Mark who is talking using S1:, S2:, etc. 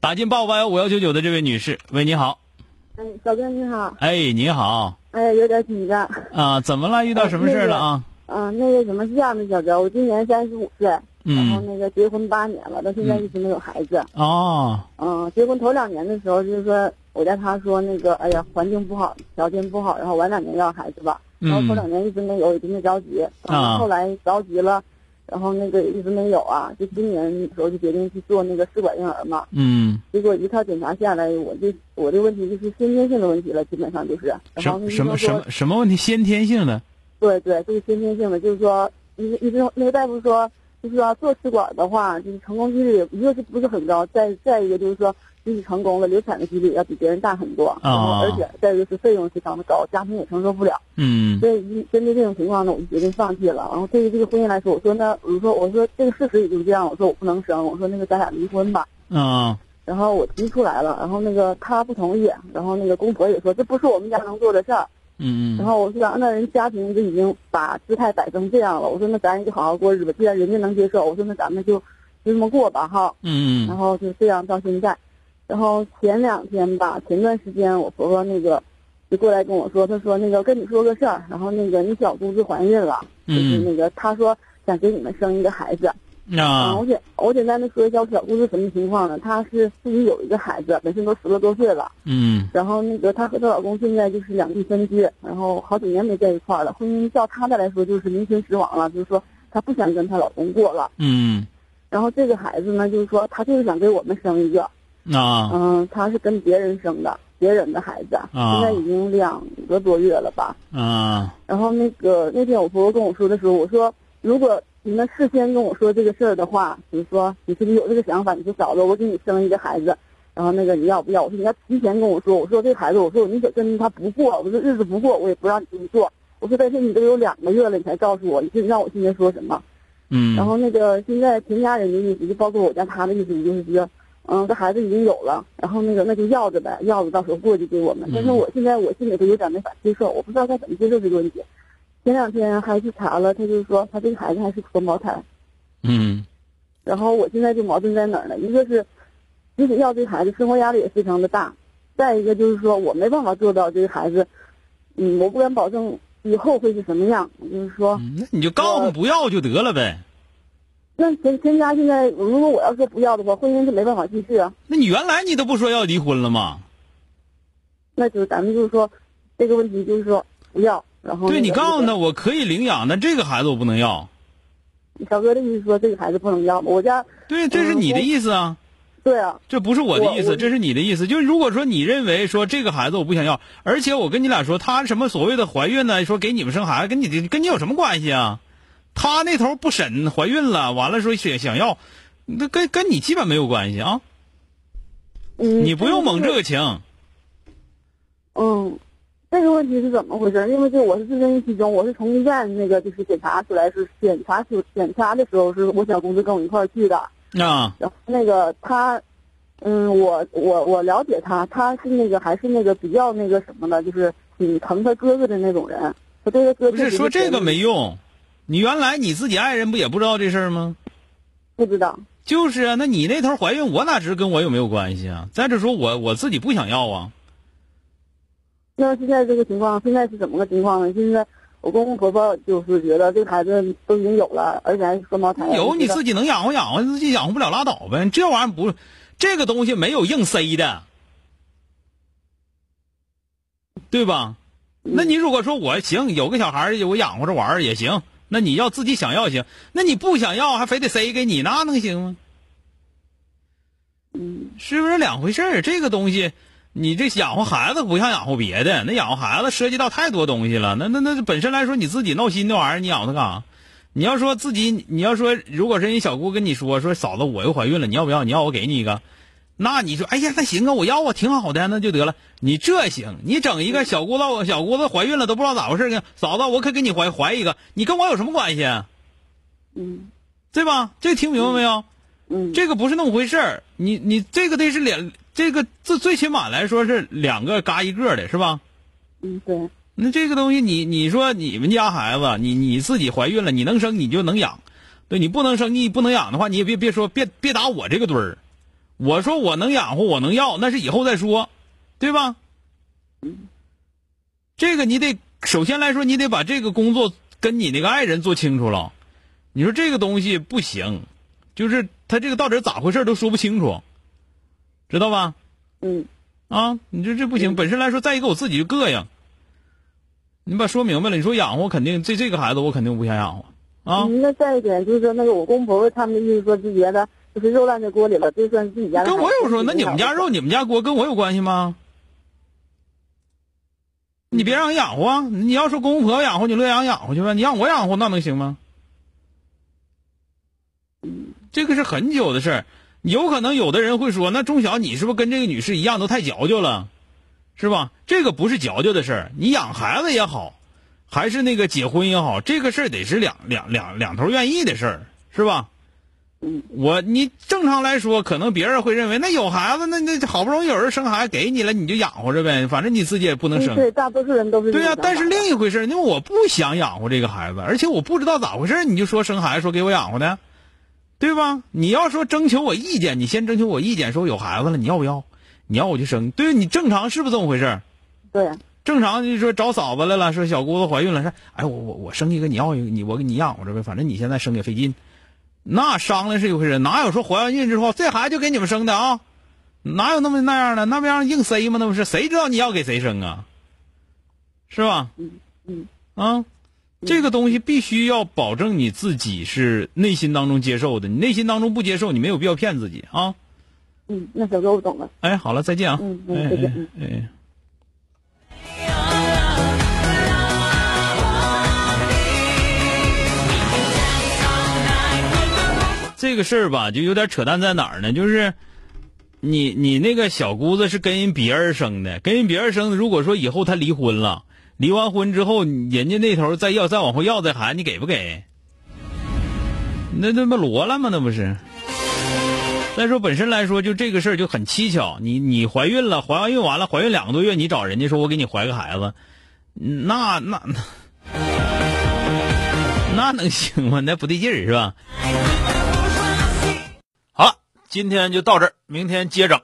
S1: 打进八五八幺五幺九九的这位女士，喂，你好，
S2: 哎，小哥你好，
S1: 哎，你好
S2: 哎呀，有点紧张。
S1: 啊，怎么了？遇到什么事儿了啊？
S2: 嗯、那个怎么是这样的，小哥，我今年三十五岁，然后
S1: 嗯，
S2: 那个结婚八年了，到现在一直没有孩子。
S1: 哦，
S2: 嗯、结婚头两年的时候，就是说我家他说那个，哎呀，环境不好，条件不好，然后晚两年要孩子吧。然后头两
S1: 嗯，
S2: 年一直没有，也就没着急。
S1: 啊
S2: 后来着急了，然后那个一直没有啊，就今年的时候就决定去做那个试管婴儿嘛。
S1: 嗯，
S2: 结果一套检查下来，我这我这问题就是先天性的问题了，基本上就是。然
S1: 什
S2: 后
S1: 么
S2: 医
S1: 什么
S2: 生说
S1: 什么什么问题？先天性的？
S2: 对对，这是先天性的，就是说，医医生那个大夫说，就是说做试管的话，就是成功几率一个是不是很高，再再一个就是说，即使成功了，流产的几率要比别人大很多，然后而且再一个是费用非常的高，家庭也承受不了。
S1: 嗯
S2: 所以针对这种情况呢，我就决定放弃了。然后对于这个婚姻来说，我说那我说我说这个事实也就是这样，我说我不能生，我说那个咱俩离婚吧。
S1: 啊，
S2: 然后我提出来了，然后那个他不同意，然后那个公婆也说这不是我们家能做的事儿。
S1: 嗯
S2: 然
S1: 嗯
S2: 后我说，那人家庭就已经把姿态摆成这样了，我说那咱就好好过日子，既然人家能接受，我说那咱们就就这么过吧哈。
S1: 嗯嗯，
S2: 然后就这样到现在，然后前两天吧，前段时间我婆婆那个就过来跟我说，她说那个跟你说个事儿，然后那个你小姑子怀孕了，就是
S1: 嗯
S2: 那个她说想给你们生一个孩子，
S1: 啊
S2: 嗯，我简我简单的说一下我小姑子什么情况呢？她是自己有一个孩子，本身都十多多岁了。
S1: 嗯
S2: 然后那个她和她老公现在就是两地分居，然后好几年没在一块儿了。婚姻照她的来说就是名存实亡了，就是说她不想跟她老公过了。
S1: 嗯
S2: 然后这个孩子呢，就是说她就是想给我们生一个，
S1: 啊
S2: 嗯，她是跟别人生的，别人的孩子，啊现在已经两个多月了吧。
S1: 啊
S2: 然后那个那天我婆婆跟我说的时候，我说如果你们事先跟我说这个事儿的话，比如说你是不是有这个想法？你说嫂子，我给你生一个孩子，然后那个你要不要？我说你要提前跟我说，我说这孩子，我说我宁可跟他不过，我说日子不过，我也不让你这么做。我说但是你都有两个月了，你才告诉我，你说你让我今天说什么？
S1: 嗯，
S2: 然后那个现在全家人的意思，就包括我家他的意思，就是说，嗯，这孩子已经有了，然后那个那就要着呗，要着到时候过去给我们。但是我现在我心里头有点没法接受，我不知道该怎么接受这个问题。前两天还去查了，他就是说他这个孩子还是双胞胎。
S1: 嗯
S2: 然后我现在就矛盾在哪儿呢？一个是，即使要这个孩子，生活压力也非常的大；再一个就是说我没办法做到这个孩子，嗯，我不敢保证以后会是什么样，就是说。
S1: 嗯那你就告诉不要就得了呗。
S2: 那全全家现在，如果我要说不要的话，婚姻是没办法继续啊。
S1: 那你原来你都不说要离婚了吗？
S2: 那就是咱们就是说，这个问题就是说不要，然后
S1: 对
S2: 那
S1: 你
S2: 个
S1: 告诉他，我可以领养，但这个孩子我不能要。
S2: 小哥的意思说这个孩子不能要嘛。我家
S1: 对，这是你的意思啊，
S2: 对啊，
S1: 这不是我的意
S2: 我
S1: 思，
S2: 我
S1: 这是你的意思。就是如果说你认为说这个孩子我不想要，而且我跟你俩说他什么所谓的怀孕呢，说给你们生孩子，跟你跟你有什么关系啊？他那头不审怀孕了，完了说想想要，那跟跟你基本没有关系啊，
S2: 嗯，
S1: 你不用
S2: 但
S1: 猛
S2: 是
S1: 这个情。
S2: 嗯，这个问题是怎么回事？因为就我是自身其中，我是从医院那个就是检查出来是检查出检查的时候是我小姑子跟我一块儿去的，
S1: 啊，
S2: 然后那个他，嗯，我我我了解他，他是那个还是那个比较那个什么的，就是挺疼他哥哥的那种人。他对他哥
S1: 不是说这个没用，你原来你自己爱人不也不知道这事儿吗？
S2: 不知道，
S1: 就是啊，那你那头怀孕，我哪知跟我有没有关系啊？再者说我我自己不想要啊。
S2: 那现在这个情况，现在是怎么个情况呢？现在我公公婆婆就是觉得这个孩子都已经有了，而且还是双胞胎。
S1: 有你
S2: 己
S1: 自己能养活养活，自己养活不了拉倒呗。这玩意儿不，这个东西没有硬塞的，对吧？那你如果说我行，有个小孩儿我养活着玩儿也行，那你要自己想要行，那你不想要还非得塞给你，那能行吗？是不是两回事儿？这个东西，你这养活孩子不像养活别的，那养活孩子涉及到太多东西了。那那那本身来说，你自己闹心那玩意儿，你养活它干啥？你要说自己，你要说如果是人小姑跟你说说嫂子我又怀孕了，你要不要？你要我给你一个，那你说哎呀那行啊，我要啊，挺好的，那就得了。你这行，你整一个小姑子小姑子怀孕了都不知道咋回事呢，嫂子我可给你怀怀一个，你跟我有什么关系？啊
S2: 嗯
S1: 对吧？这听明白没有？
S2: 嗯，
S1: 这个不是那么回事儿。你你这个得是两，这个最最起码来说是两个嘎一个的，是吧？
S2: 嗯对，
S1: 那这个东西你，你说你们家孩子，你你自己怀孕了，你能生你就能养，对你不能生你不能养的话，你也别别说别别打我这个堆儿。我说我能养活，我能要，那是以后再说，对吧？这个你得首先来说，你得把这个工作跟你那个爱人做清楚了。你说这个东西不行，就是他这个到底咋回事都说不清楚，知道吧？
S2: 嗯
S1: 啊，你这这不行。本身来说，再一个我自己就膈应。你把说明白了，你说养活肯定这这个孩子我肯定不想养活啊。
S2: 嗯，那再一点就是说，那个我公婆他们的意思说就觉得就是肉烂在锅里了，就算自己家的
S1: 跟
S2: 孩
S1: 我
S2: 子
S1: 有说，
S2: 自己
S1: 那你们
S2: 养
S1: 家
S2: 的
S1: 肉、你们家锅跟我有关系吗？你别让人养活啊！你要说公公婆婆养活，你乐意养养活去吧。你让我养活，那能行吗？这个是很久的事儿，有可能有的人会说，那钟晓你是不是跟这个女士一样都太矫情了，是吧？这个不是矫情的事儿，你养孩子也好，还是那个结婚也好，这个事儿得是两两两两头愿意的事儿，是吧？我你正常来说，可能别人会认为那有孩子，那那好不容易有人生孩子给你了，你就养活着呗，反正你自己也不能
S2: 嗯
S1: 生。
S2: 对，大多数人都是
S1: 对
S2: 呀、
S1: 呀、但是另一回事儿，因为我不想养活这个孩子，而且我不知道咋回事儿，你就说生孩子说给我养活的，对吧？你要说征求我意见，你先征求我意见，说有孩子了，你要不要？你要我就生，对你正常是不是这么回事儿？
S2: 对，
S1: 正常就说找嫂子来了，说小姑子怀孕了，说哎我我我生一个，你要一个，你我给你养活着呗，反正你现在生也费劲。那商量是一回事，哪有说怀完孕之后这孩子就给你们生的啊？哪有那么那样的？那不让硬塞吗？那不是谁知道你要给谁生啊？是吧？
S2: 嗯嗯
S1: 啊，这个东西必须要保证你自己是内心当中接受的，你内心当中不接受，你没有必要骗自己啊。
S2: 嗯，那小哥我懂了。
S1: 哎，好了，再见啊。
S2: 嗯
S1: 哎
S2: 嗯再见嗯
S1: 哎哎哎这个事儿吧，就有点扯淡，在哪儿呢？就是你你那个小姑子是跟人别人生的，跟人别人生的。如果说以后她离婚了，离完婚之后，人家那头再要再往后要这孩子，你给不给？那那不罗了吗？那不是。再说本身来说，就这个事儿就很蹊跷。你你怀孕了，怀完孕完了，怀孕两个多月，你找人家说我给你怀个孩子，那那那那能行吗？那不对劲儿是吧？
S3: 好了，今天就到这儿，明天接整。